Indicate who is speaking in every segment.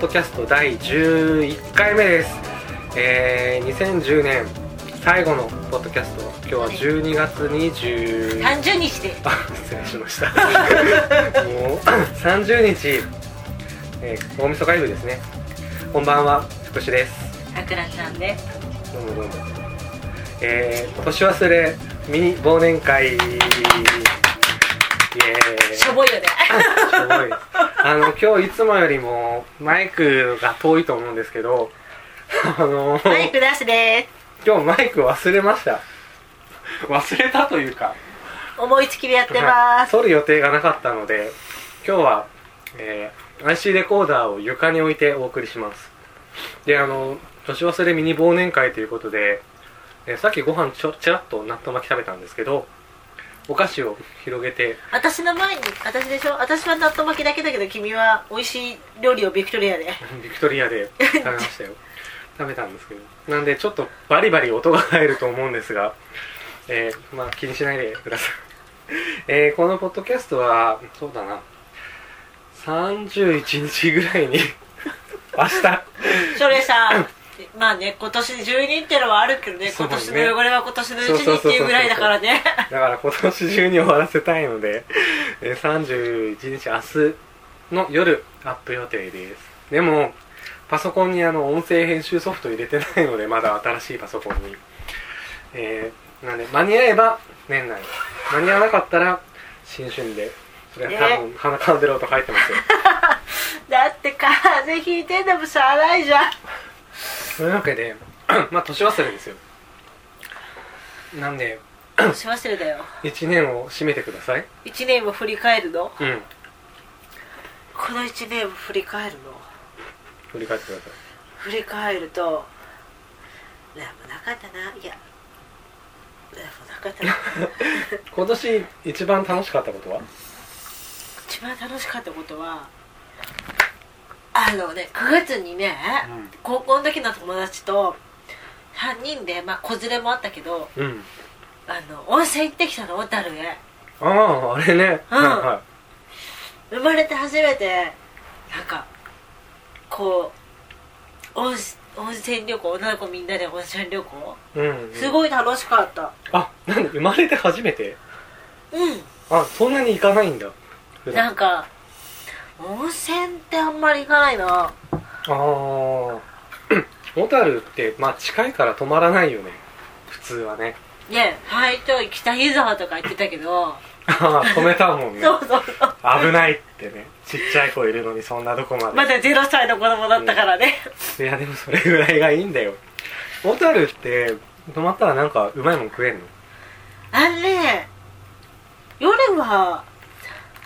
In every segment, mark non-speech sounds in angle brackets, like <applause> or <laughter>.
Speaker 1: ドキャスト第11回目です、えー、2010年最後のポッドキャスト今日は12月20
Speaker 2: 三十日で
Speaker 1: <laughs> あ失礼しましたもう30日、えー、大晦日イブですねこんばんは福士です
Speaker 2: さくらちゃんで
Speaker 1: どうもどうもえー、年忘れミニ忘年会イエーイ
Speaker 2: しょぼい
Speaker 1: <laughs>
Speaker 2: よね
Speaker 1: すごいあの今日いつもよりもマイクが遠いと思うんですけどあの
Speaker 2: マイクなしで
Speaker 1: 今日マイク忘れました忘れたというか
Speaker 2: す思いつきでやってます
Speaker 1: はい、剃る予定がなかったので今日は、えー IC レコーダーを床に置いてお送りしますであの年忘れミニ忘年会ということで、えーさっきご飯ちょちらっと納豆巻き食べたんですけどお菓子を広げて
Speaker 2: 私の前に私でしょ私は納豆巻きだけだけど君は美味しい料理をビクトリアで
Speaker 1: <laughs> ビクトリアで食べましたよ食べたんですけどなんでちょっとバリバリ音が入ると思うんですが、えーまあ気にしないでください、 <laughs> えーこのポッドキャストはそうだな31日ぐらいに <laughs> 明日
Speaker 2: それ
Speaker 1: <clears throat>
Speaker 2: さまあね今年12ってのはあるけどね
Speaker 1: そ
Speaker 2: 今
Speaker 1: うだね
Speaker 2: 年の汚れは今年のうち
Speaker 1: そうそうそう
Speaker 2: にっ
Speaker 1: そう
Speaker 2: ていうぐらいだからね
Speaker 1: だから今年中に終わらせたいので、えー31日明日の夜アップ予定ですでもパソコンにあの音声編集ソフト入れてないのでまだ新しいパソコンに、えーなんで間に合えば年内間に合わなかったら新春でそれは多分鼻かんでる音入って <laughs> ますよ
Speaker 2: <laughs> だって風邪ひいてんだもんしゃあないじゃん
Speaker 1: というわけで <clears throat> まあ年忘れですよなんで
Speaker 2: し忘れだよ
Speaker 1: 1年を締めてください
Speaker 2: 1年を振り返るの
Speaker 1: うん
Speaker 2: この1年を振り返るの
Speaker 1: 振り返ってください
Speaker 2: 振り返るとなんもなかったないやなんもなかったな
Speaker 1: 今年一番楽しかったことは
Speaker 2: 一番楽しかったことはあのね9月にね、
Speaker 1: うん
Speaker 2: 高校の時の友達と3人でまあ子連れもあったけど
Speaker 1: うん
Speaker 2: あの温泉行ってきたの小樽へ
Speaker 1: あああれね、
Speaker 2: うん
Speaker 1: は
Speaker 2: 生まれて初めてなんかこう温泉温泉旅行女の子みんなで温泉旅行
Speaker 1: いはい、うん、
Speaker 2: す
Speaker 1: い
Speaker 2: ごい楽しかった
Speaker 1: あなんで生まれて初めて
Speaker 2: うん
Speaker 1: あそんなに行かないんだ普段
Speaker 2: なんか温泉ってあんまり行かないな
Speaker 1: ああ小樽ってまあ近いから泊まらないよね普通はね <laughs>
Speaker 2: ねえイト北湯沢とか言ってたけど
Speaker 1: ああ止めたもんね
Speaker 2: そうそうそう
Speaker 1: 危ないってねちっちゃい子いるのにそんなとこまで、
Speaker 2: まだ0歳の子供だったからね、
Speaker 1: いやでもそれぐらいがいいんだよ小樽って泊まったらなんかうまいもん食えんの
Speaker 2: あれね夜は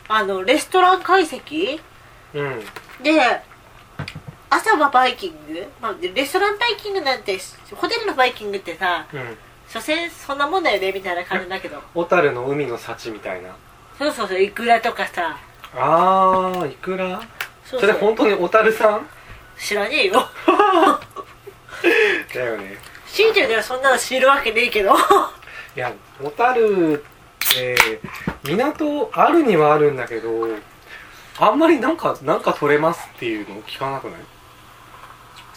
Speaker 2: あのレストラン解析
Speaker 1: うん
Speaker 2: で朝はバイキング、まあ、レストランバイキングなんてホテルのバイキングってさ
Speaker 1: うん
Speaker 2: 所詮そんなもんだよねみたいな感じだけど
Speaker 1: 小樽の海の幸みたいな
Speaker 2: そうそうそうイクラとかさ
Speaker 1: あーいくら
Speaker 2: そう
Speaker 1: それ本当に小樽さん
Speaker 2: 知らねえよ <laughs>
Speaker 1: だよね
Speaker 2: シーちゃんではそんなの知るわけねえけ <laughs> ど
Speaker 1: いや小樽って港あるにはあるんだけどあんまりなんかなんか取れますっていうのを聞かなくない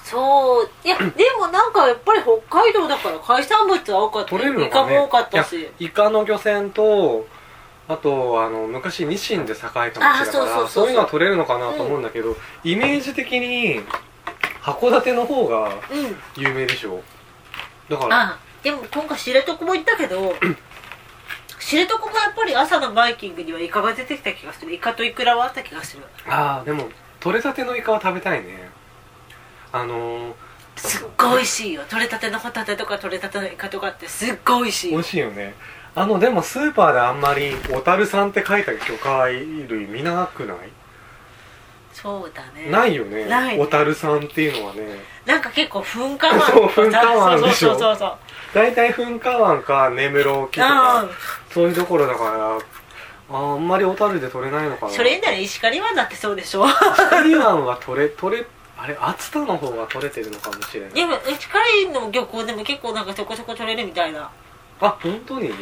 Speaker 2: そういやでもなんかやっぱり北海道だから海産物は多かった
Speaker 1: 取れるのかね
Speaker 2: イカも多かっ
Speaker 1: い
Speaker 2: た
Speaker 1: や
Speaker 2: し
Speaker 1: イカの漁船とあとあの昔ニシンで栄えた町だから
Speaker 2: あそうそうそうそう
Speaker 1: いうのは取れるのかなと思うんだけど、イメージ的に函館の方が
Speaker 2: うん
Speaker 1: 有名でしょだから
Speaker 2: あでも今回知床も行ったけ
Speaker 1: <clears throat>
Speaker 2: ど知床もやっぱり朝のバイキングにはイカが出てきた気がするイカとイクラはあった気がする
Speaker 1: あーでも取れたてのイカは食べたいねあのー、
Speaker 2: すっごい美味しいよ取れたてのホタテとか取れたてのイカとかってすっごい美味しい
Speaker 1: 美
Speaker 2: よ
Speaker 1: 味しいよねあのでもスーパーであんまり小樽産って書いた魚介類見なくない、
Speaker 2: そうだね
Speaker 1: ないよね
Speaker 2: ない
Speaker 1: 小樽産っていうのはね
Speaker 2: なんか結構噴火湾
Speaker 1: <laughs> そう噴火湾でしょ
Speaker 2: そうそうそう
Speaker 1: 大体噴火湾か根室沖とか、
Speaker 2: そう
Speaker 1: そういうところだからああんまり小樽で取れないのか
Speaker 2: うん
Speaker 1: な
Speaker 2: それなら石狩湾だってそうでしょ
Speaker 1: 光湾は取れ取れあれ熱田の方が取れてるのかもしれない
Speaker 2: でもうちからの漁港でも結構なんかちょこちょこ取れるみたいな
Speaker 1: あ本当に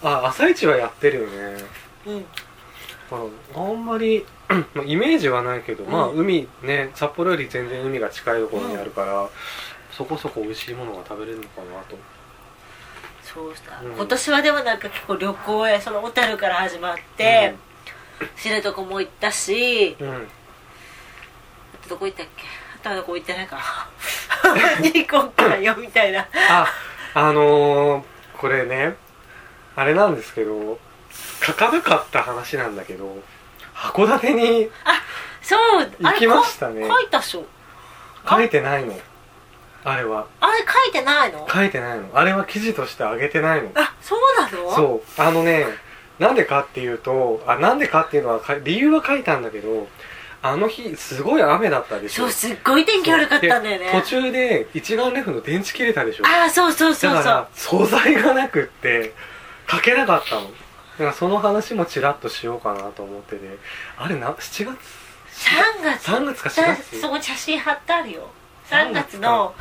Speaker 1: あ朝市はやってるよね
Speaker 2: うん
Speaker 1: ああんまり <clears throat> まあ、イメージはないけど、まあ
Speaker 2: うん
Speaker 1: 海ね札幌より全然海が近いところにあるから、そこそこ美味しいものが食べれるのかなと
Speaker 2: そうした、
Speaker 1: うん
Speaker 2: 今年はでもなんか結構旅行へその小樽から始まって、知床も行ったし
Speaker 1: うん、うん
Speaker 2: あとどこ行ったっけあとはどこ行ってないか <laughs> に行こうかよみたいな
Speaker 1: ああのー、これねあれなんですけど書かなかった話なんだけど函館に
Speaker 2: そうあ
Speaker 1: 行
Speaker 2: れ
Speaker 1: きましたね
Speaker 2: か書いたっしょ
Speaker 1: 書いてないのあれは
Speaker 2: あれ書いてないの
Speaker 1: 書いてないのあれは記事としてあげてないの
Speaker 2: あそうなの
Speaker 1: そうあのねなんでかっていうとあなんでかっていうのはか理由は書いたんだけどあの日すごい雨だったでし
Speaker 2: そ
Speaker 1: ょ
Speaker 2: うすっごい天気悪かったんだよ
Speaker 1: で
Speaker 2: ね
Speaker 1: 途中で一眼レフの電池切れたでしょ
Speaker 2: ああそうそうそうそ
Speaker 1: だ
Speaker 2: う
Speaker 1: から素材がなくって書けなかったのだからその話もちらっとしようかなと思っててあれな7月
Speaker 2: 3月
Speaker 1: 3月か4
Speaker 2: だ
Speaker 1: 月
Speaker 2: そこに写真貼ってあるよ
Speaker 1: 3
Speaker 2: 3
Speaker 1: 月
Speaker 2: 月の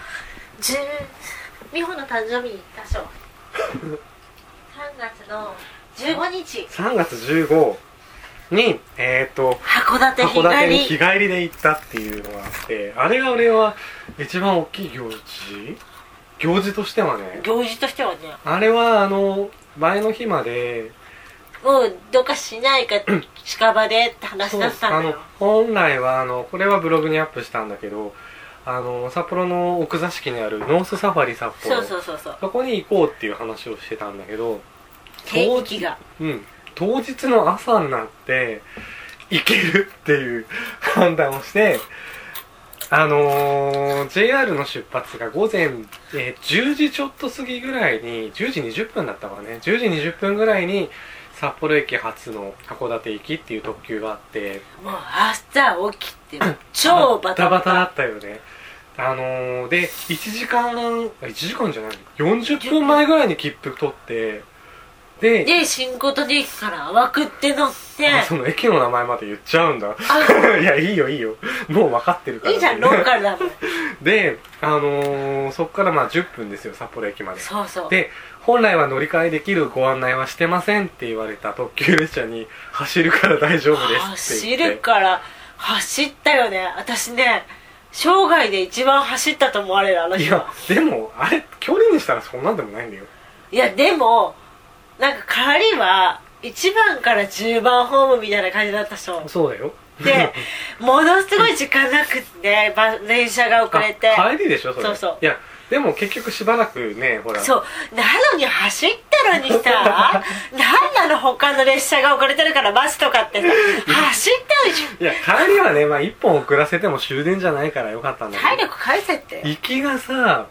Speaker 2: 10美穂の誕生日に行ったでしょ3月の15日
Speaker 1: 3月15にえっ、と
Speaker 2: 函館日帰
Speaker 1: 函館に日
Speaker 2: り
Speaker 1: 帰りで行ったっていうのがあってあれが俺は一番大きい行事行事としてはね
Speaker 2: 行事としてはね
Speaker 1: あれはあの前の日まで
Speaker 2: もうどうかしないか近場でって話だった
Speaker 1: あ
Speaker 2: んだ
Speaker 1: の
Speaker 2: よ
Speaker 1: 本来はあのこれはブログにアップしたんだけどあの札幌の奥座敷にあるノースサファリ札幌
Speaker 2: そうそうそうそう
Speaker 1: そこに行こうっていう話をしてたんだけど、
Speaker 2: 天気が
Speaker 1: うん、当日の朝になって行けるっていう判断をしてあのー JR の出発が午前、えー10時ちょっと過ぎぐらいに10時20分だったわね10時20分ぐらいに札幌駅発の函館行きっていう特急があって
Speaker 2: もう朝起きて超バタバ
Speaker 1: だ
Speaker 2: タ
Speaker 1: ったよねあのー、で1時間1時間じゃない40分前ぐらいに切符取ってで
Speaker 2: で新琴寺駅から淡くって乗って
Speaker 1: あその駅の名前まで言っちゃうんだ <laughs> いやいいよいいよもう分かってるから、
Speaker 2: いいじゃんローカルだもん
Speaker 1: であのー、そっからまあ10分ですよ札幌駅まで
Speaker 2: そうそう
Speaker 1: で本来は乗り換えできるご案内はしてませんって言われた特急列車に走るから大丈夫ですって言
Speaker 2: 走
Speaker 1: って
Speaker 2: るから走ったよね私ね生涯で一番走ったと思われるあの
Speaker 1: い
Speaker 2: 日
Speaker 1: や
Speaker 2: は
Speaker 1: でもあれ距離にしたらそんなんでもないんだよ
Speaker 2: いやでもなんか帰りは1番から10番ホームみたいな感じだったでしょ
Speaker 1: そうだよ
Speaker 2: でものすごい時間なくてば電車が遅れて
Speaker 1: あ帰りでしょそれ
Speaker 2: そうそう
Speaker 1: いやでも結局しばらくねほら
Speaker 2: そうなのに走ったのに <laughs> さなんなの他の列車が遅れてるからバスとかってさ走ったのに
Speaker 1: いや帰りはねまあ1本遅らせても終電じゃないからよかったんだけど
Speaker 2: 体力返せって
Speaker 1: 行きがさ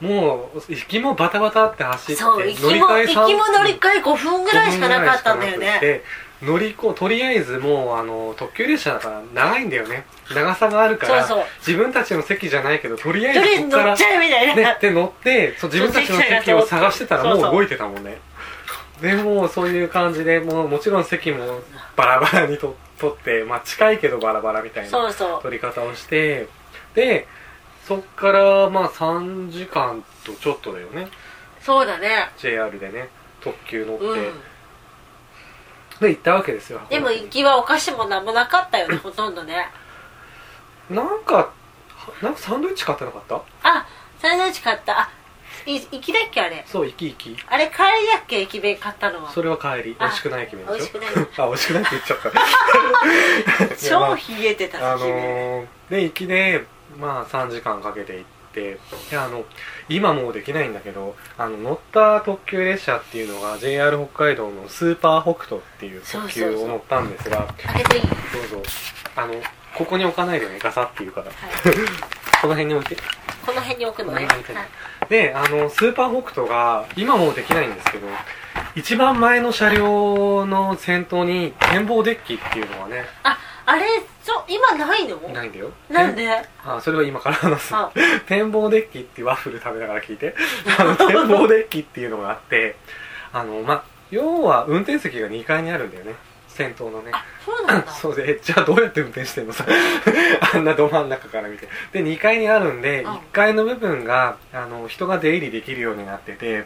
Speaker 1: もう行きもバタバタって走って
Speaker 2: そう行きも行きも乗り換え5分ぐらいしかなかったんだよね
Speaker 1: で乗りことりあえずもうあの特急列車だから長いんだよね長さがあるから
Speaker 2: そうそう
Speaker 1: 自分たちの席じゃないけどとりあえ
Speaker 2: とりあえ
Speaker 1: ずこっ
Speaker 2: ず
Speaker 1: か
Speaker 2: 乗
Speaker 1: ら
Speaker 2: っちゃえみたいな、
Speaker 1: ね、で乗ってそう自分たちの席を探してたらもう動いてたもんねでもうそういう感じでもうもちろん席もバラバラにと取って、まあ、近いけどバラバラみたいな
Speaker 2: そうそう
Speaker 1: 取り方をしてでそっからまあ3時間とちょっとだよね
Speaker 2: そうだね
Speaker 1: JR でね特急乗って、
Speaker 2: うん
Speaker 1: で行ったわけですよ
Speaker 2: でも
Speaker 1: 函
Speaker 2: 行きはお菓子も何もなかったよねほとんどね
Speaker 1: 館になんかなんかサンドイッチ買ってなかった
Speaker 2: あサンドイッチ買ったあい行きだっけあれ
Speaker 1: そう行き行き
Speaker 2: あれ帰りだっけ駅弁買ったのは
Speaker 1: それは帰り美
Speaker 2: あ
Speaker 1: 味しくない駅弁でしょ
Speaker 2: 美味しくない
Speaker 1: あ美味しくないって言っちゃった <laughs> いやま
Speaker 2: 超
Speaker 1: あ
Speaker 2: 冷えて
Speaker 1: あ
Speaker 2: た駅弁
Speaker 1: のー、で行きでまあ3時間かけて行ってであの今もうできないんだけどあの乗った特急列車っていうのが JR 北海道のスーパー北斗っていう特急を乗ったんですが
Speaker 2: 開けていい
Speaker 1: どうぞあのここに置かないでねガサっていうから
Speaker 2: はい
Speaker 1: この辺に置いて
Speaker 2: この辺に置くのね、
Speaker 1: この辺に置いてねであのスーパー北斗が今もうできないんですけど一番前の車両の先頭に展望デッキっていうのはね
Speaker 2: ああれそう今ないの
Speaker 1: ないんだよ
Speaker 2: なんで
Speaker 1: あそれは今から話す
Speaker 2: あ
Speaker 1: 展望デッキってワッフル食べながら聞いて <laughs> あの展望デッキっていうのがあってあのま要は運転席が2階にあるんだよね先頭のね
Speaker 2: あそうなん
Speaker 1: <laughs>
Speaker 2: だ
Speaker 1: そうでえじゃあどうやって運転してんのさ <laughs> あんなど真ん中から見てで2階にあるんで
Speaker 2: うん
Speaker 1: 1階の部分があの人が出入りできるようになってて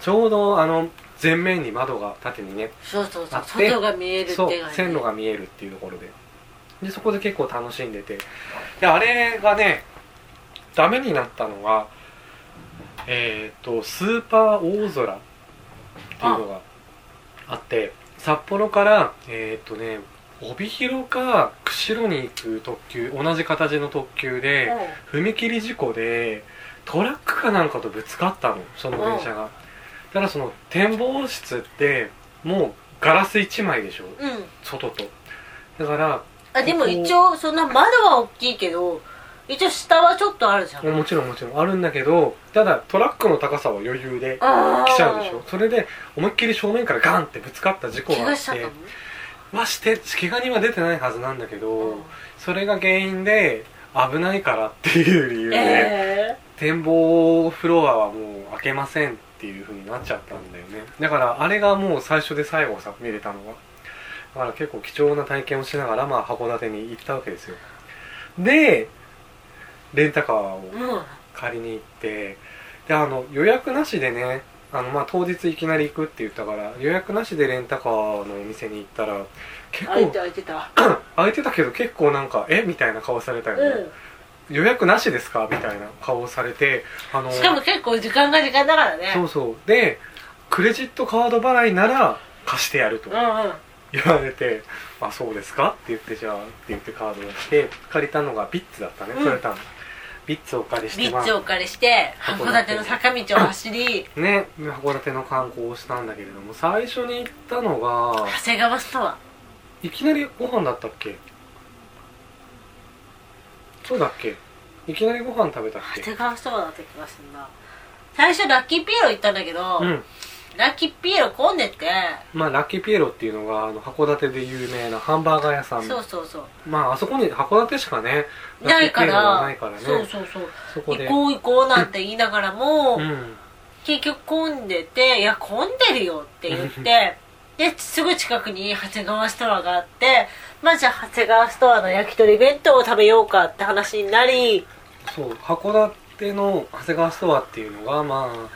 Speaker 1: ちょうどあの前面に窓が縦にね
Speaker 2: そうそうそ
Speaker 1: あ
Speaker 2: う
Speaker 1: って
Speaker 2: 外が見えるって
Speaker 1: そう
Speaker 2: 感じ
Speaker 1: 線路が見えるっていうところででそこで結構楽しんでてであれがねダメになったのがえっ、とスーパー大空っていうのがあって札幌からえっ、とね帯広か釧路に行く特急同じ形の特急で、踏切事故でトラックかなんかとぶつかったのその電車がだからその展望室ってもうガラス1枚でしょ
Speaker 2: うん、うん、
Speaker 1: 外とだから
Speaker 2: あでも一応そんな窓は大きいけど一応下はちょっとあるじゃん
Speaker 1: もちろんもちろんあるんだけどただトラックの高さは余裕で
Speaker 2: あー
Speaker 1: 来ちゃうでしょそれで思いっきり正面からガンってぶつかった事故が
Speaker 2: 怪
Speaker 1: あ
Speaker 2: 我
Speaker 1: っ
Speaker 2: しちゃった
Speaker 1: て
Speaker 2: の
Speaker 1: はして怪我には出てないはずなんだけど、
Speaker 2: うん
Speaker 1: それが原因で危ないからっていう理由で、
Speaker 2: え
Speaker 1: 展望フロアはもう開けませんっていう風になっちゃったんだよねだからあれがもう最初で最後さ見れたのがだから結構貴重な体験をしながらまあ函館に行ったわけですよでレンタカーを
Speaker 2: えー、もう
Speaker 1: 借りに行ってであの予約なしでねあのまあ当日いきなり行くって言ったから予約なしでレンタカーのお店に行ったら結
Speaker 2: 開い
Speaker 1: 構
Speaker 2: て開いてた
Speaker 1: 空いてたけど結構なんかえみたいな顔されたよね、
Speaker 2: う
Speaker 1: 予約なしですかみたいな顔をされてあの
Speaker 2: んしかも結構時間が時間だからね
Speaker 1: そうそうでクレジットカード払いなら貸してやると
Speaker 2: うんうん
Speaker 1: 言われて「あそうですか?」って言ってじゃあって言ってカードを出して借りたのがビッツだったね、
Speaker 2: うん
Speaker 1: それたのビッツをお借りして
Speaker 2: ビ
Speaker 1: ま
Speaker 2: ッチをお借りして
Speaker 1: 函
Speaker 2: 函
Speaker 1: 館
Speaker 2: 館の坂道を走り
Speaker 1: あね函館の観光をしたんだけれども最初に行ったのが
Speaker 2: 長谷川ストア
Speaker 1: いきなりご飯だったっけそうだっけいきなりご飯食べたっ
Speaker 2: 長
Speaker 1: け
Speaker 2: 谷川ストアだった気がするな最初ラッキーピエロ行ったんだけど、
Speaker 1: うん
Speaker 2: ラッキーピエロ混んでて
Speaker 1: まあラッキーピエロっていうのがあの函館で有名なハンバーガー屋さん
Speaker 2: そうそうそう
Speaker 1: まああそこに函館しかね
Speaker 2: ない
Speaker 1: ラッキーピエ
Speaker 2: から
Speaker 1: ロはないからね
Speaker 2: そうそうそう
Speaker 1: そこ
Speaker 2: 行
Speaker 1: で
Speaker 2: こう行こうなんて言いながらも、
Speaker 1: うん
Speaker 2: 結局混んでて「いや混んでるよ」って言ってですぐ近くに長谷川ストアがあってまあじゃあ長谷川ストアの焼き鳥弁当を食べようかって話になり
Speaker 1: そう函館の長谷川ストアっていうのがまあ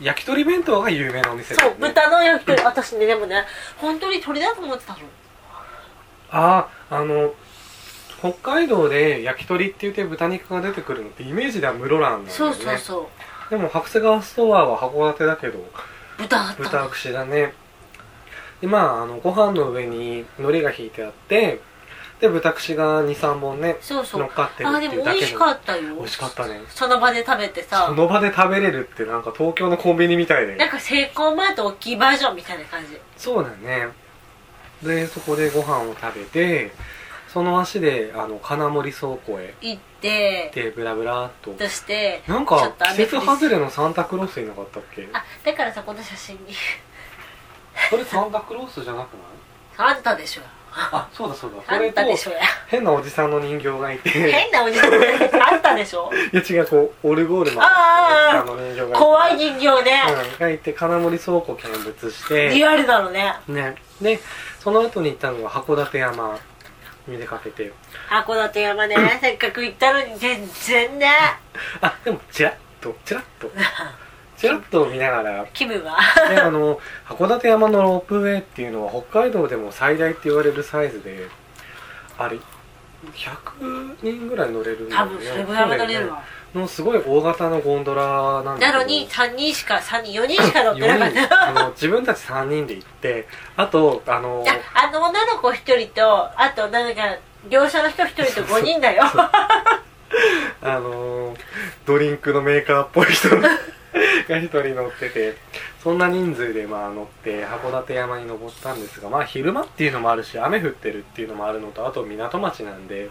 Speaker 1: 焼き鳥弁当が有名なお店だ
Speaker 2: そ
Speaker 1: よ
Speaker 2: う
Speaker 1: ね
Speaker 2: 豚の焼き鳥私ねでもね本当に鳥だと思ってたの
Speaker 1: あああの北海道で焼き鳥って言って豚肉が出てくるのってイメージでは室蘭なんだ
Speaker 2: そ
Speaker 1: よ
Speaker 2: う
Speaker 1: ね
Speaker 2: そうそう
Speaker 1: でも長谷川ストアは函館だけど
Speaker 2: 豚あったの
Speaker 1: 豚串だねでまああのご飯の上に海苔が引いてあってで豚串が23本ね
Speaker 2: そうそ
Speaker 1: 乗
Speaker 2: う
Speaker 1: っかってる
Speaker 2: あ
Speaker 1: っ
Speaker 2: で
Speaker 1: ていう
Speaker 2: も
Speaker 1: だ
Speaker 2: 美
Speaker 1: け
Speaker 2: 味
Speaker 1: で
Speaker 2: しかったよ
Speaker 1: 美味しかったね
Speaker 2: その場で食べて
Speaker 1: そ
Speaker 2: さ
Speaker 1: の場で食べれるってなんか東京のコンビニみたい
Speaker 2: な
Speaker 1: で
Speaker 2: んか成功前と大きいバージョンみたいな感じ
Speaker 1: そうだねでそこでご飯を食べてその足であの金森倉庫へ
Speaker 2: 行って
Speaker 1: 行ってブラブラっと
Speaker 2: として
Speaker 1: なん
Speaker 2: ちょ
Speaker 1: か
Speaker 2: っと
Speaker 1: 季
Speaker 2: 雨
Speaker 1: 節外れのサンタクロースいなかったっけ
Speaker 2: あだからさこの写真に
Speaker 1: それサンタクロースじゃなくない
Speaker 2: あんたでしょ
Speaker 1: あそうだそうだ
Speaker 2: あ
Speaker 1: それ
Speaker 2: ん
Speaker 1: と
Speaker 2: たでしょや
Speaker 1: 変なおじさんの人形がいて
Speaker 2: 変なおじさんあんたでしょ
Speaker 1: いや違うこうオルゴールのおじさんの人形がいて
Speaker 2: 怖い人形ね、
Speaker 1: うんがいて金森倉庫見物して
Speaker 2: リアルだろうね
Speaker 1: ねでその後に行ったのが函館山に出かけて
Speaker 2: 函館山ねせっかく行ったのに全然ね
Speaker 1: あでもちらっとちらっ
Speaker 2: <laughs>
Speaker 1: とちらっと見ながら
Speaker 2: 気分は
Speaker 1: であの函館山のロープウェイっていうのは北海道でも最大って言われるサイズであれ100人ぐらい乗れるんだ
Speaker 2: 多
Speaker 1: よね
Speaker 2: 分それぐらいは乗れるわ、
Speaker 1: のすごい大型のゴンドラなんだけ
Speaker 2: な
Speaker 1: ど
Speaker 2: のに3人しか3人4人しか乗ってなか
Speaker 1: 4
Speaker 2: っ
Speaker 1: 人
Speaker 2: た
Speaker 1: あの自分たち3人で行ってあとあの
Speaker 2: ああの女の子1人とあとなんか業者の人1人と5人だよ <laughs>
Speaker 1: あのードリンクのメーカーっぽい人
Speaker 2: <laughs>
Speaker 1: がが一人乗っててそんな人数でまあ乗って函館山に登ったんですがまあ昼間っていうのもあるし雨降ってるっていうのもあるのとあと港町なんで、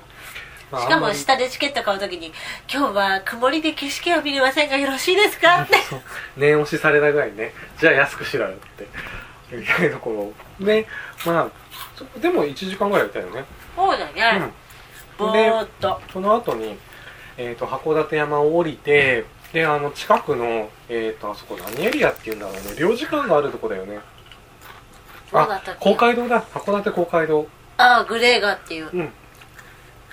Speaker 1: まあ、
Speaker 2: しか
Speaker 1: あんま
Speaker 2: も
Speaker 1: り
Speaker 2: 下でチケット買う時に「今日は曇りで景色を見れませんがよろしいですか?」って
Speaker 1: そう念押しされたぐらいねじゃあ安くしろよってみたいなところねまあそでも1時間ぐらいいたよね、
Speaker 2: そうだ
Speaker 1: う
Speaker 2: ね
Speaker 1: ん、
Speaker 2: ぼーっと
Speaker 1: その後に、えー、と函館山を降りてであの近くの、えー、とあそこ何エリアっていうんだろうね領事館があるとこだよね
Speaker 2: どうだ
Speaker 1: あ
Speaker 2: ったっけ
Speaker 1: 公会堂だ函館公会堂
Speaker 2: ああグレーガっていう
Speaker 1: うん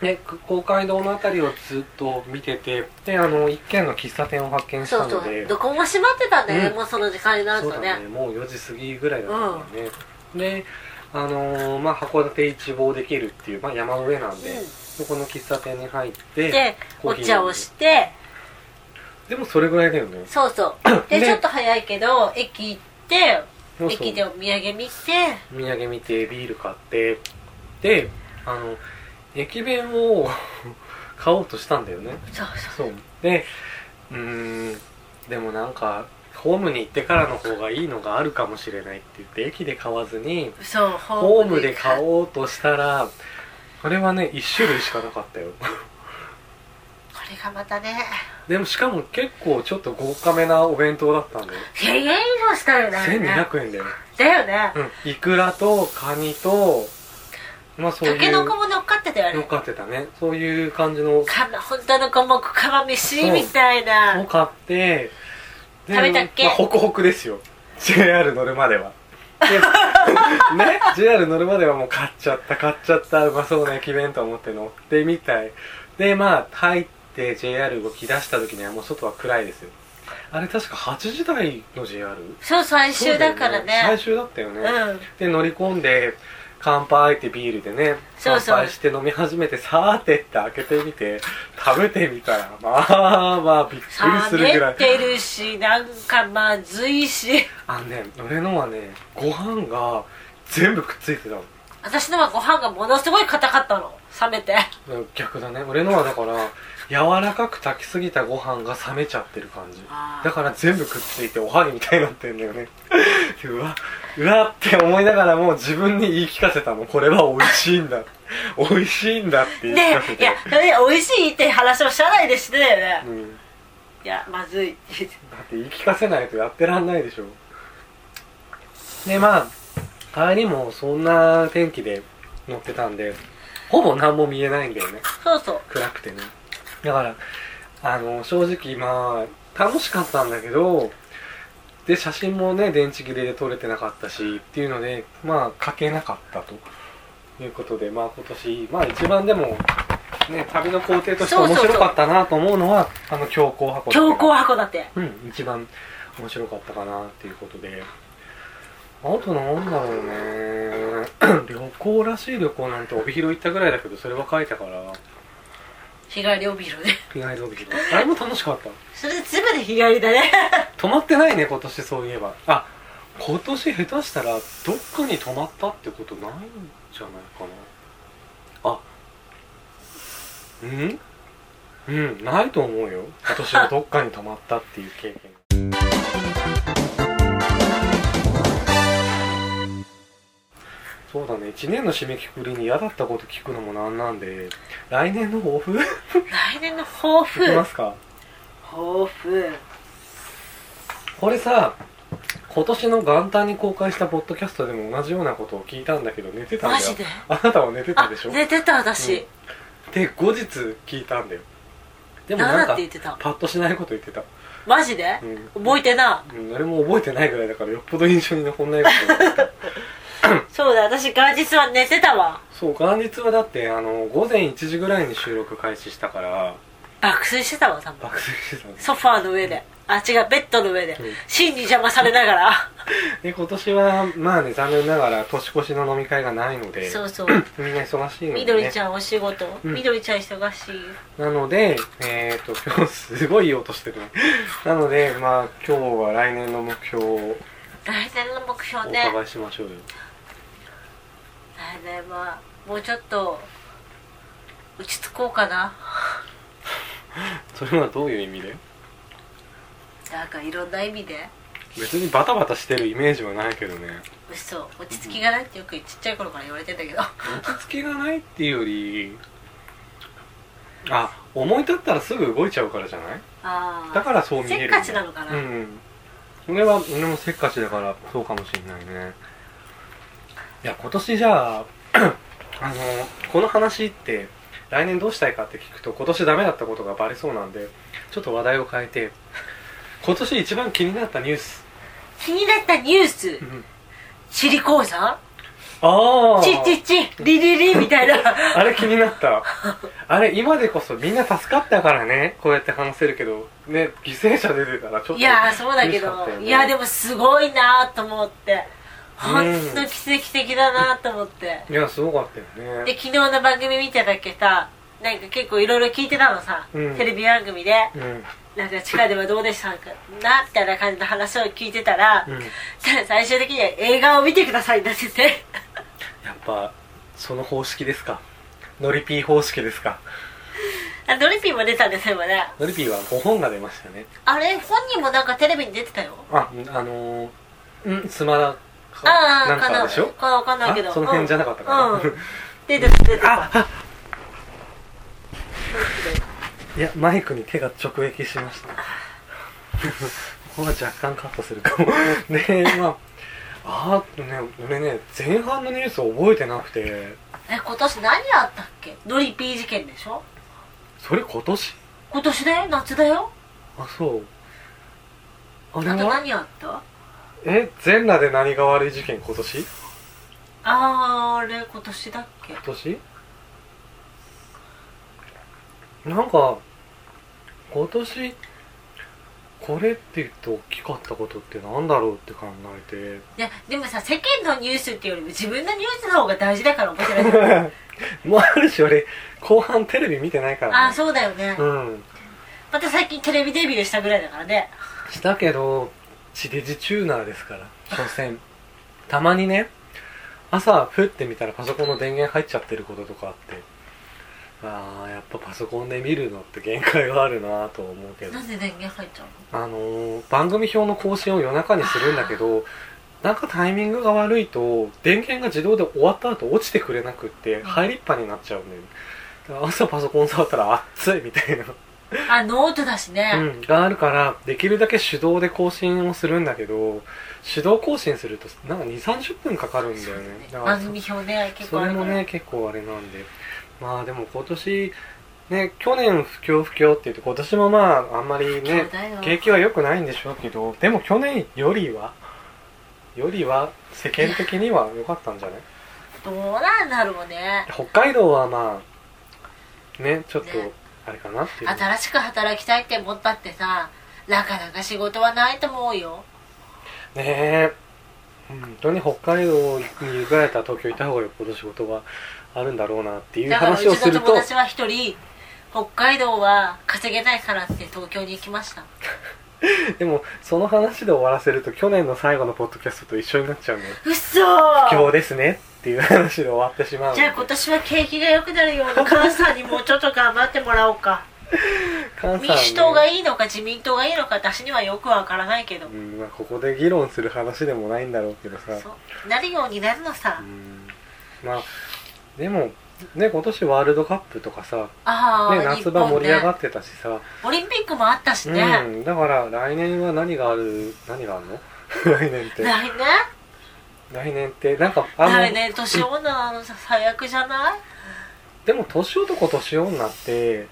Speaker 1: でく公会堂の辺りをずっと見ててであの一軒の喫茶店を発見し
Speaker 2: そ
Speaker 1: た
Speaker 2: うそ
Speaker 1: ので
Speaker 2: うどこも閉まってたんだよね、
Speaker 1: うん
Speaker 2: もうその時間になる
Speaker 1: そう
Speaker 2: と
Speaker 1: だ
Speaker 2: ね
Speaker 1: ねもう4時過ぎぐらいだったんだよね、であのーまあ、函館一望できるっていう、まあ、山の上なんで、
Speaker 2: うん
Speaker 1: そこの喫茶店に入って
Speaker 2: で
Speaker 1: コ
Speaker 2: お
Speaker 1: ーヒー
Speaker 2: 茶をして
Speaker 1: でもそれぐらいだよね
Speaker 2: そうそうで
Speaker 1: ね
Speaker 2: ちょっと早いけど駅行って
Speaker 1: もうそう
Speaker 2: 駅でお土産見て
Speaker 1: お土産見てビール買ってであの駅弁を <laughs> 買おうとしたんだよね
Speaker 2: そう
Speaker 1: そうでうーんでもなんかホームに行ってからの方がいいのがあるかもしれないって言って駅で買わずに
Speaker 2: そうそう
Speaker 1: ホームで買
Speaker 2: う
Speaker 1: おうとしたらあれはね1種類しかなかったよ
Speaker 2: これがまたね
Speaker 1: でもしかも結構ちょっと豪華めなお弁当だったんだよ
Speaker 2: 1000円以上したよねあれね
Speaker 1: 1200円だよ、
Speaker 2: だよね
Speaker 1: うん、イクラとカニとまあそう
Speaker 2: タケ
Speaker 1: いう
Speaker 2: ノコも乗っかってたよ
Speaker 1: 乗っ
Speaker 2: ね
Speaker 1: かってたねそういう感じの
Speaker 2: かま本当の五目釜飯みたい
Speaker 1: を
Speaker 2: な
Speaker 1: 買ってで
Speaker 2: 食べたっけ
Speaker 1: まあ、ホクホクですよ JR 乗るまでは <laughs> でね JR 乗るまではもう買っちゃった買っちゃったうまそうな駅弁と思って乗ってみたいでまあ入って JR 動き出した時にはもう外は暗いですよあれ確か8時台の JR?
Speaker 2: そう最終だから
Speaker 1: 最
Speaker 2: ね
Speaker 1: 終だったよね、
Speaker 2: うん
Speaker 1: で乗り込んで乾杯ってビールでね
Speaker 2: そうそう
Speaker 1: 乾杯して飲み始めてさーてって開けてみて食べてみたらまあまあびっくりす
Speaker 2: 冷
Speaker 1: るぐら
Speaker 2: め
Speaker 1: い
Speaker 2: てるしなんかまずいし
Speaker 1: あのね俺のはねご飯が全部くっついてたの
Speaker 2: 私のはご飯がものすごい硬かったの冷めて
Speaker 1: 逆だね俺のはだから柔らかく炊きすぎたご飯が冷めちゃってる感じ
Speaker 2: あー
Speaker 1: だから全部くっついておはぎみたいになってんだよね <laughs> うわうわって思いながらもう自分に言い聞かせたのこれは美味しいんだ <laughs> 美味しいんだって言
Speaker 2: で
Speaker 1: い聞
Speaker 2: い
Speaker 1: かせて
Speaker 2: やそれで美味しいって話を社内でしてたよね、
Speaker 1: うん
Speaker 2: いやまずいって言って
Speaker 1: だって言い聞かせないとやってらんないでしょでまあ帰りもそんな天気で乗ってたんでほぼ何も見えないんだよね
Speaker 2: そうそう
Speaker 1: 暗くてねだからあの正直まあ楽しかったんだけどで写真もね電池切れで撮れてなかったしっていうのでまあ書けなかったということでまあ今年まあ一番でもね旅の工程として
Speaker 2: そう
Speaker 1: 面
Speaker 2: そうそう
Speaker 1: 白かったなと思うのはあの強行箱
Speaker 2: 強行函館
Speaker 1: うん、一番面白かったかなっていうことで。あとなんだろうね <clears throat> 旅行らしい旅行なんて帯広行ったぐらいだけど、それは書いたから、
Speaker 2: 日帰り帯広で
Speaker 1: 日帰り帯広。あれも楽しかった。
Speaker 2: それで全部で日帰りだね
Speaker 1: 泊まってないね、今年そういえば。あ、今年下手したら、どっかに泊まったってことないんじゃないかな。あ、うんうん、ないと思うよ。今年はどっかに泊まったっていう経験。そうだね、1年の締めくくりに嫌だったこと聞くのもなんなんで、来年の抱負
Speaker 2: 来年の抱負
Speaker 1: 聞きま
Speaker 2: 抱
Speaker 1: すか
Speaker 2: 負
Speaker 1: これさ今年の元旦に公開したポッドキャストでも同じようなことを聞いたんだけど寝てたんだ
Speaker 2: マ
Speaker 1: よ
Speaker 2: ジで
Speaker 1: あなたは寝てた
Speaker 2: あ
Speaker 1: でしょ、
Speaker 2: 寝てた私、
Speaker 1: で後日聞いたんだよでもな
Speaker 2: 何
Speaker 1: ん
Speaker 2: だっ
Speaker 1: か
Speaker 2: て言ってた
Speaker 1: パッとしないこと言ってた、
Speaker 2: マジで
Speaker 1: う、ん
Speaker 2: 覚えてな
Speaker 1: うん誰も覚えてないぐらいだからよっぽど印象に残んないことだった
Speaker 2: <laughs> そうだ私元日は寝てたわ
Speaker 1: そう元日はだってあの午前1時ぐらいに収録開始したから
Speaker 2: 爆睡してたわ多分
Speaker 1: 爆睡してたんです
Speaker 2: ソファーの上であ違うベッドの上で
Speaker 1: うん
Speaker 2: 真に邪魔されながら
Speaker 1: で今年はまあね残念ながら年越しの飲み会がないので
Speaker 2: そうそう
Speaker 1: みんな忙しいので、ね、
Speaker 2: みどりちゃんお仕事
Speaker 1: うん
Speaker 2: みどりちゃん忙しい
Speaker 1: なので、えっ、と、 <laughs> 今日すごいいい音してるね。なので、まあ、今日は来年の目標を
Speaker 2: 来年の目
Speaker 1: お
Speaker 2: 標ね
Speaker 1: 伺いしましょうよ。
Speaker 2: 来年はもうちょっと落ち着こうかな
Speaker 1: それはどういう意味で
Speaker 2: なんかいろんな意味で
Speaker 1: 別にバタバタしてるイメージはないけどね。
Speaker 2: 嘘落ち着きがないってよくちっちゃい頃から言われてんだけど
Speaker 1: 落ち着きがないっていうより、あ、思い立ったらすぐ動いちゃうからじゃない
Speaker 2: あ
Speaker 1: だ
Speaker 2: あ
Speaker 1: からそう見えるんだよ。
Speaker 2: せっかちなのかな
Speaker 1: うん。俺は、俺もせっかちだから、そうかもしれないね。いや、今年じゃあ、 <clears throat> あの、この話って、来年どうしたいかって聞くと、今年ダメだったことがバレそうなんで、ちょっと話題を変えて、今年一番気になったニュース。
Speaker 2: 気になったニュース
Speaker 1: うん
Speaker 2: チリ鉱山
Speaker 1: ああ
Speaker 2: チッチッチリリリみたいな
Speaker 1: あれ気になった。あれ、今でこそみんな助かったからね、こうやって話せるけど、ね、犠牲者出てたらちょっと。
Speaker 2: いやーそうだけ
Speaker 1: 嬉しかった
Speaker 2: ど
Speaker 1: よね
Speaker 2: いやでもすごいなーと思って本当に奇跡的だなと思って、
Speaker 1: いやすごかったよ
Speaker 2: で
Speaker 1: ね
Speaker 2: 昨日の番組見てたけさなんか結構いろいろ聞いてたのさ、
Speaker 1: うん
Speaker 2: テレビ番組で
Speaker 1: うん
Speaker 2: なんか地下ではどうでしたかなみたいな感じの話を聞いてたら、
Speaker 1: うん
Speaker 2: 最終的には映画を見てくださいってなって <laughs> て
Speaker 1: やっぱその方式ですかノリピー方式ですか
Speaker 2: あドリピーも出たんですよ今ね
Speaker 1: ノリピーは5本が出ましたね
Speaker 2: あれ本人もなんかテレビに出てたよ
Speaker 1: ああのー、んスマラか
Speaker 2: ああ
Speaker 1: なん
Speaker 2: かな
Speaker 1: かでしょ
Speaker 2: かなわかんないけど
Speaker 1: あその辺じゃなかったかな
Speaker 2: うん、うん、出てた出てた
Speaker 1: ああいやマイクに手が直撃しましたここは若干カットするかもでまああーっとね俺ね前半のニュース覚えてなくて
Speaker 2: え今年何あったっけドリピー事件でしょ
Speaker 1: それ今年
Speaker 2: 今年だよ夏だよ
Speaker 1: あそうあ
Speaker 2: あ
Speaker 1: れ
Speaker 2: と
Speaker 1: は
Speaker 2: 何あった
Speaker 1: え全裸で何が悪い事件今年今
Speaker 2: あーあれ今年だっけ
Speaker 1: 年なんか今年これって言って大きかったことってなんだろうって考えて
Speaker 2: いやでもさ世間のニュースっていうよりも自分のニュースの方が大事だから覚
Speaker 1: <laughs>
Speaker 2: えてない <laughs>
Speaker 1: もうあるし俺後半テレビ見てないからね
Speaker 2: ああそうだよね、
Speaker 1: うん
Speaker 2: また最近テレビデビューしたぐらいだからね
Speaker 1: したけど地デジチューナーですから所詮たまにね朝ふって見たらパソコンの電源入っちゃってることとかあってあーやっぱパソコンで見るのって限界があるなと思うけど
Speaker 2: なんで電源入っちゃうの
Speaker 1: あのー番組表の更新を夜中にするんだけ
Speaker 2: <laughs>
Speaker 1: どなんかタイミングが悪いと電源が自動で終わった後落ちてくれなくって入りっぱになっちゃうんだよねだから朝パソコン触ったら熱いみたい
Speaker 2: <laughs>
Speaker 1: な
Speaker 2: あノートだしね、
Speaker 1: うん、があるからできるだけ手動で更新をするんだけど手動更新するとなんか2 3 0分かかるんだよねだから
Speaker 2: 番組表ね
Speaker 1: そ
Speaker 2: 結
Speaker 1: そ
Speaker 2: 構あ
Speaker 1: れ
Speaker 2: るか
Speaker 1: も
Speaker 2: ら、
Speaker 1: ね結構あれなんでまあでも今年ね去年不況不況って言って今年もまああんまり
Speaker 2: そう
Speaker 1: ね
Speaker 2: だよ
Speaker 1: 景気は良くないんでしょうけどでも去年よりはよりは世間的には良かったんじゃない
Speaker 2: どうなんだろうね
Speaker 1: 北海道はまあねちょっと
Speaker 2: ね
Speaker 1: あれかなっていう、
Speaker 2: 新しく働きたいって思ったってさなかなか仕事はないと思うよ
Speaker 1: ねえ本当に北海道に行かれたら東京行った方がよっぽど仕事があるんだろうなっていう
Speaker 2: だからうち
Speaker 1: 話をす
Speaker 2: の
Speaker 1: る
Speaker 2: 友
Speaker 1: と
Speaker 2: 達は一人北海道は稼げないからって東京に行きました
Speaker 1: でもその話で終わらせると去年の最後のポッドキャストと一緒になっちゃうのよ
Speaker 2: うっそ
Speaker 1: 今日
Speaker 2: ー
Speaker 1: ですねっていう話で終わってしまうの
Speaker 2: じゃあ今年は景気が良くなるよう
Speaker 1: <laughs>
Speaker 2: に関西にもうちょっと頑張ってもらおうか
Speaker 1: 関西
Speaker 2: 民主党が
Speaker 1: い
Speaker 2: いいのか自民党がいいのか私にはよくわからないけど
Speaker 1: うんまあ、ここで議論する話でもないんだろうけどさ
Speaker 2: そうなるようになるのさ
Speaker 1: うんまあでもね今年ワールドカップとかさ、ね、
Speaker 2: ああ、
Speaker 1: 夏場盛り上が
Speaker 2: っ
Speaker 1: ってたしさ、
Speaker 2: オリンピックもあったしね、
Speaker 1: うん、だから来年は何がある何があるの <laughs> 来年って
Speaker 2: 来年
Speaker 1: 来年ってなんかあの
Speaker 2: 来年年女なのさ最悪じゃない
Speaker 1: でも年男年女って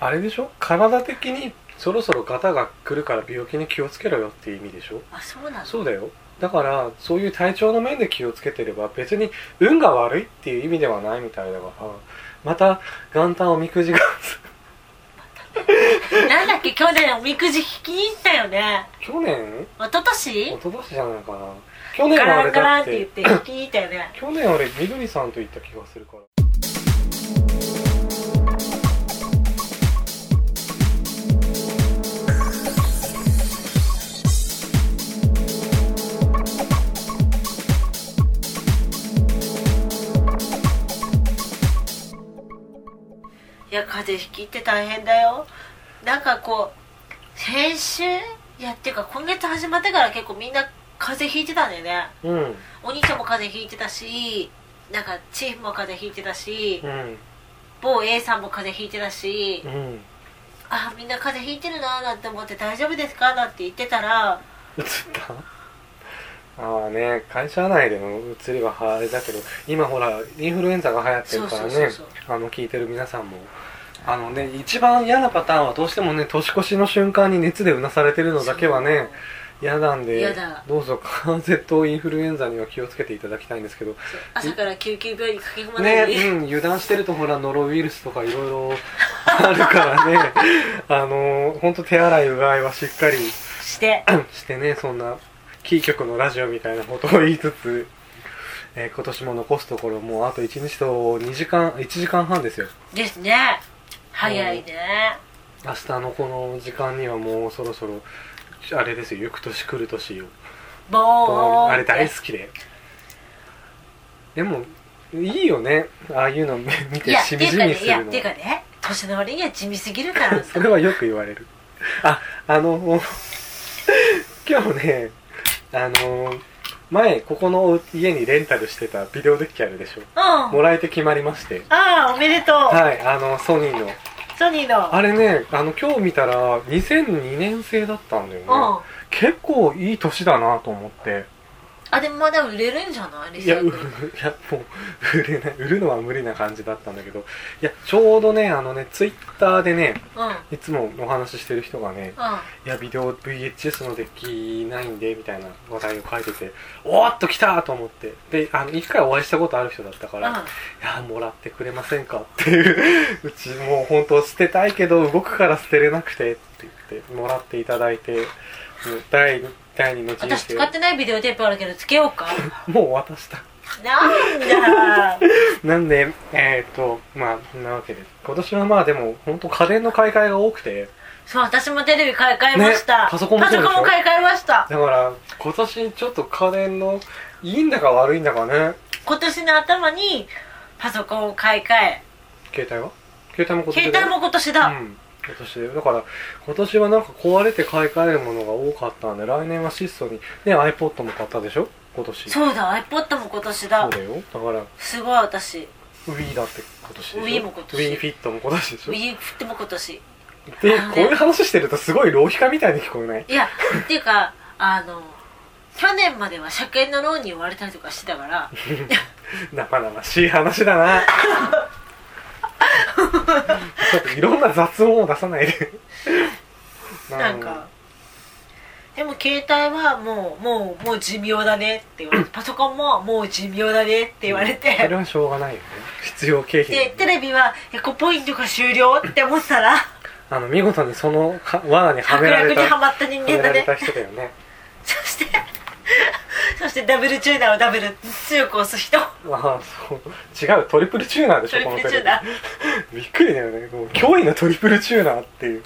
Speaker 1: あれでしょ体的にそろそろガタが来るから病気に気をつけろよっていう意味でしょ
Speaker 2: あそうなの
Speaker 1: そうだよだからそういう体調の面で気をつけてれば別に運が悪いっていう意味ではないみたいだからまた元旦おみくじが
Speaker 2: なんだっけ去年おみくじ引きに行ったよね
Speaker 1: 去年
Speaker 2: 一昨
Speaker 1: 一
Speaker 2: 年
Speaker 1: 昨年じゃないかな去年
Speaker 2: ガ
Speaker 1: はあ
Speaker 2: ラ
Speaker 1: れ
Speaker 2: ンガ
Speaker 1: だ
Speaker 2: ラン
Speaker 1: っ
Speaker 2: って
Speaker 1: て
Speaker 2: 言って引きに行ったよね
Speaker 1: 去年俺みどりさんと行った気がするから
Speaker 2: いや風邪引きって大変だよなんかこう先週いやっていうか今月始まってから結構みんな風邪ひいてたんだよね
Speaker 1: うん
Speaker 2: お兄ちゃんも風邪ひいてたしなんかチーフも風邪ひいてたし
Speaker 1: うん
Speaker 2: 某 A さんも風邪ひいてたし
Speaker 1: うん
Speaker 2: あみんな風邪ひいてるなーなんて思って大丈夫ですかなんて言ってたら
Speaker 1: 映ったああね会社内での移りはあれだけど今ほらインフルエンザが流行ってるから
Speaker 2: そうそう
Speaker 1: ね
Speaker 2: そう
Speaker 1: あの聞いてる皆さんもあのね一番嫌なパターンはどうしてもね年越しの瞬間に熱でうなされてるのだけはね嫌なんで
Speaker 2: 嫌だ
Speaker 1: どうぞ関節とインフルエンザには気をつけていただきたいんですけど
Speaker 2: そう朝から救急病院に駆け込まない
Speaker 1: ね
Speaker 2: ように、
Speaker 1: うん、油断してるとほらノロウイルスとかいろいろあるからね <laughs> あの本当手洗いうがいはしっかり
Speaker 2: して
Speaker 1: してねそんなキー局のラジオみたいなことを言いつつ、えー今年も残すところもうあと1日と2時間1時間半ですよ
Speaker 2: ですね早いね
Speaker 1: 明日のこの時間にはもうそろそろあれですよ「行く年来る年よ」
Speaker 2: ボーン
Speaker 1: あれ大
Speaker 2: き
Speaker 1: 好きででもいいよねああいうの見見
Speaker 2: い
Speaker 1: て
Speaker 2: や
Speaker 1: しみじみす
Speaker 2: いや
Speaker 1: る
Speaker 2: ていうか
Speaker 1: の
Speaker 2: ねいやていうかね年の割には地味すぎるから
Speaker 1: <laughs> そ
Speaker 2: さ
Speaker 1: れはよく言われるああの <laughs> 今日ねあの前ここの家にレンタルしてたビデオデッキあるでしょ
Speaker 2: うんあ
Speaker 1: もらえて決まりまして
Speaker 2: あおめでとう、
Speaker 1: はいあのソニーの
Speaker 2: ソニーの
Speaker 1: あれねあの今日見たら2002年製だったんだよね
Speaker 2: うん
Speaker 1: 結構いい年だなと思って
Speaker 2: あでもまだ売れるんじゃないリ
Speaker 1: い
Speaker 2: サイ
Speaker 1: や
Speaker 2: ク
Speaker 1: うい <laughs>
Speaker 2: ル
Speaker 1: やもう売れない売るのは無理な感じだったんだけどいやちょうどねあのねツイッターでね
Speaker 2: うんうん
Speaker 1: いつもお話ししてる人がね「いやビデオ VHS のデッキないんで」みたいな話題を書いてて「おーっと来た!」と思ってであの一回お会いしたことある人だったから
Speaker 2: うん
Speaker 1: いやもらってくれませんかっていうう <laughs> ちもう本当捨てたいけど動くから捨てれなくてって言ってもらっていただいてもう第二第二の人
Speaker 2: 私使っ
Speaker 1: 生
Speaker 2: てないビデオテープあるけどつけよ
Speaker 1: <laughs>
Speaker 2: うか
Speaker 1: もう渡した
Speaker 2: なんだ
Speaker 1: なんでえー、っとまあそんなわけです今年はまあでも本当家電の買い替えが多くて
Speaker 2: そう私もテレビ買い替えました、
Speaker 1: ねパソコンもそうでしょ
Speaker 2: 買い替えました
Speaker 1: だから今年ちょっと家電のいいんだか悪いんだかね
Speaker 2: 今年の頭にパソコンを買い替え
Speaker 1: 携帯は携帯も今年だよ
Speaker 2: 携帯も今年だ、
Speaker 1: うん今年でだから今年はなんか壊れて買い替えるものが多かったんで来年は質素にね iPod も買ったでしょ今年
Speaker 2: そうだ iPod も今年
Speaker 1: そ
Speaker 2: だ
Speaker 1: うだよだから
Speaker 2: すごい私
Speaker 1: Wii だって今年でしょ
Speaker 2: Wii も今年
Speaker 1: WiiFit も今年でしょ
Speaker 2: Wii 振っても今年
Speaker 1: で
Speaker 2: あのね
Speaker 1: こういう話してるとすごい浪費家みたいに聞こえない
Speaker 2: いやっていうかあの去年までは車検のローンに追われたりとかしてたから
Speaker 1: 生々しい話だ
Speaker 2: <laughs>
Speaker 1: なちょっといろんな雑音を出さないで
Speaker 2: なんかでも携帯はもうもうもう寿命だねって言われてパソコンももう寿命だねって言われて、
Speaker 1: それはしょうがないよね必要経費だよ
Speaker 2: で
Speaker 1: ね
Speaker 2: テレビはエコポイントが終了って思ったら
Speaker 1: あの見事にそのか罠には
Speaker 2: 白
Speaker 1: めら
Speaker 2: 楽
Speaker 1: れ
Speaker 2: に
Speaker 1: た
Speaker 2: はまった人
Speaker 1: はめ
Speaker 2: 間
Speaker 1: ら
Speaker 2: だ
Speaker 1: れ
Speaker 2: ね
Speaker 1: た人だよね
Speaker 2: そしてそしてダブルチューナーをダブル強く押す人
Speaker 1: ああそう違うトリプルチューナーでし
Speaker 2: ト
Speaker 1: ょ
Speaker 2: リ
Speaker 1: こ
Speaker 2: プ
Speaker 1: の
Speaker 2: ル
Speaker 1: テ
Speaker 2: チ
Speaker 1: レ
Speaker 2: ューナー
Speaker 1: ビびっくりだよねもう驚異のトリプルチューナーっていう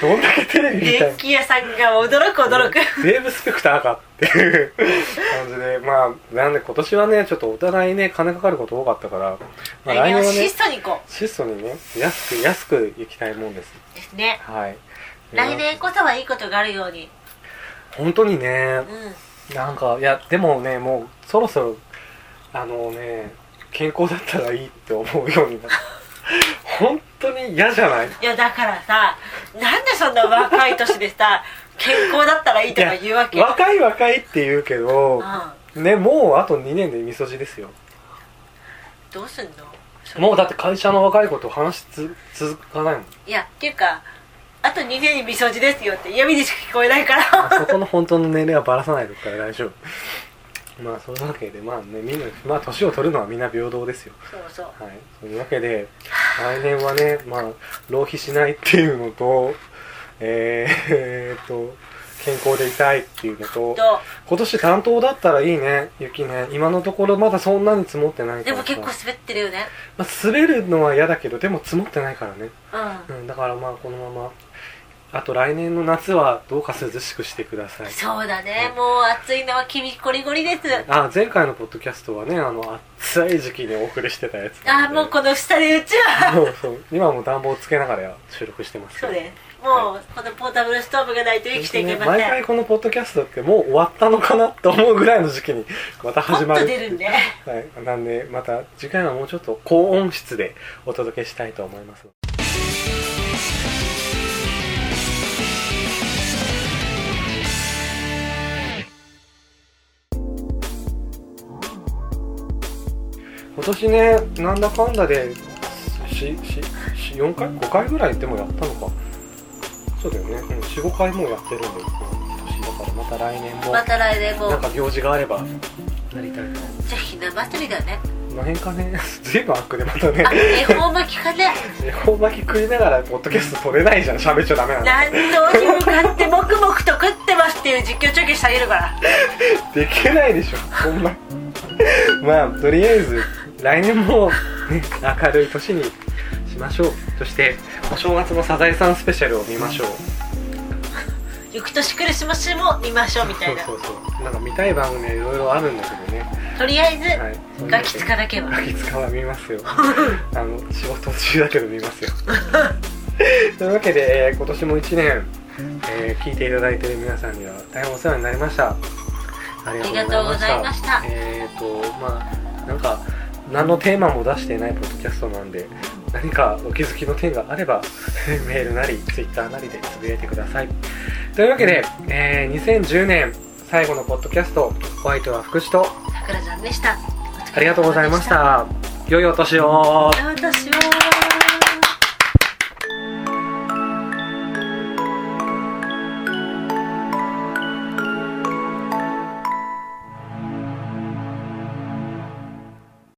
Speaker 1: どんだけテレビみたい
Speaker 2: 電
Speaker 1: な
Speaker 2: 気屋さんが驚く驚く
Speaker 1: デーブ・スペクターかっていう感じでまあなんで今年はねちょっとお互いね金かかること多かったから、まあ、
Speaker 2: 来
Speaker 1: 来
Speaker 2: 年
Speaker 1: 年
Speaker 2: は
Speaker 1: はね
Speaker 2: 質素に行こ
Speaker 1: 質素にね安く安く行きたいもんです
Speaker 2: うですね
Speaker 1: はい
Speaker 2: 来年こそはいいことがあるように
Speaker 1: 本当にね
Speaker 2: うん
Speaker 1: なんかいやでもねもうそろそろあのね健康だったらいいって思うように
Speaker 2: <laughs>
Speaker 1: なった本当に嫌じゃない
Speaker 2: いやだからさなんでそんな若い年
Speaker 1: <laughs>
Speaker 2: でさ健康だったらいいとか言うわけ
Speaker 1: いや若い若いって言うけど
Speaker 2: う、ん
Speaker 1: ねもうあと2年でみそじですよ
Speaker 2: どうすんのそれ
Speaker 1: もうだって会社の若いこと話しつ続かないもん
Speaker 2: いやっていうかあと2年にみそじですよって嫌味でしか聞こえな
Speaker 1: <laughs>
Speaker 2: いから
Speaker 1: あそこの本当の年齢はばらさないとから大丈夫まあそういうわけでまあねみんなまあ年を取るのはみんな平等ですよ
Speaker 2: そうそう
Speaker 1: はい、というわけで来年はね、まあ、浪費しないっていうのとえーえーっと健康でいたいっていうのと
Speaker 2: と
Speaker 1: 今年担当だったらいいね雪ね今のところまだそんなに積もってないか
Speaker 2: で
Speaker 1: ら
Speaker 2: も
Speaker 1: さ
Speaker 2: 結構滑ってるよね
Speaker 1: まあ、滑るのは嫌だけどでも積もってないからね、
Speaker 2: う
Speaker 1: うん、だからまあこのままあと来年の夏はどうか涼しくしてください
Speaker 2: んそうだねもう暑いのは君ゴリゴリです
Speaker 1: あ前回のポッドキャストはねあの暑い時期にお送りしてたやつ
Speaker 2: あーもうこの下でうちは
Speaker 1: そうそう今も暖房つけながら収録してますけ
Speaker 2: そ
Speaker 1: ど
Speaker 2: うですもうこのポータブルストーブがないと生きていけま
Speaker 1: 毎
Speaker 2: せん
Speaker 1: 回このポッドキャストってもう終わったのかなと思うぐらいの時期にまた
Speaker 2: ポ
Speaker 1: 始
Speaker 2: ッ
Speaker 1: ま
Speaker 2: と
Speaker 1: る
Speaker 2: 出るんで
Speaker 1: はい、なんでまた次回はもうちょっと高音質でお届けしたいと思います今年ねなんだかんだでししし4回5回ぐらいでもやったのかそうだよね45回もやってるんで今年だからまた来年も
Speaker 2: また来年も
Speaker 1: なんか行事があればなりたいな
Speaker 2: じゃあひな祭りだね
Speaker 1: この辺かね <laughs> ずいぶんアックでまたね
Speaker 2: あ恵方巻きかね
Speaker 1: 恵方巻き食いながらポッドキャスト撮れないじゃん喋っちゃダメなの
Speaker 2: 南東に向かってもくもくと食ってますっていう実況中継してあげるから
Speaker 1: できないでしょそんな <laughs> まあとりあえず来年も、ね、明るい年にしましょうそしてお正月のサザエさんスペシャルを見ましょう
Speaker 2: 翌年クリスマスも見ましょうみたいな
Speaker 1: そうそうそうなんか見たい番組はいろいろあるんだけどね、
Speaker 2: とりあえず、
Speaker 1: はい、
Speaker 2: ガキ使だけは
Speaker 1: ガキ使は見 <laughs> ますよあの仕事中だけど見 <laughs> ますよというわけで、えー今年も1年、えー聞いていただいている皆さんには大変お世話になりましたありがとうございました
Speaker 2: ありがとうございました
Speaker 1: えっ、とまあなんか何のテーマも出していないポッドキャストなんで何かお気づきの点があれば <laughs> メールなりツイッターなりでつぶやいてくださいというわけで、えー2010年最後のポッドキャストホワイトは福祉と
Speaker 2: さくらちゃんでした
Speaker 1: ありがとうございました。良いお年を。
Speaker 2: お疲れ様でした私は